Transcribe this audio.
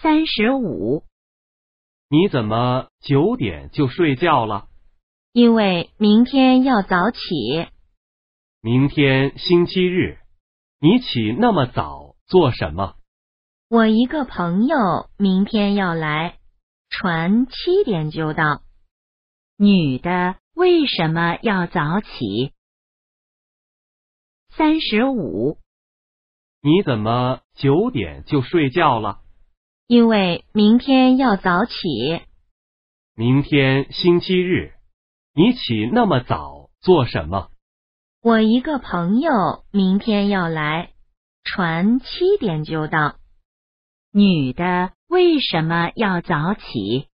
三十五，你怎么九点就睡觉了？因为明天要早起，明天星期日，你起那么早做什么？我一个朋友明天要来，船七点就到。女的为什么要早起？三十五，你怎么九点就睡觉了？因为明天要早起，明天星期日，你起那么早做什么？我一个朋友明天要来，船七点就到。女的为什么要早起？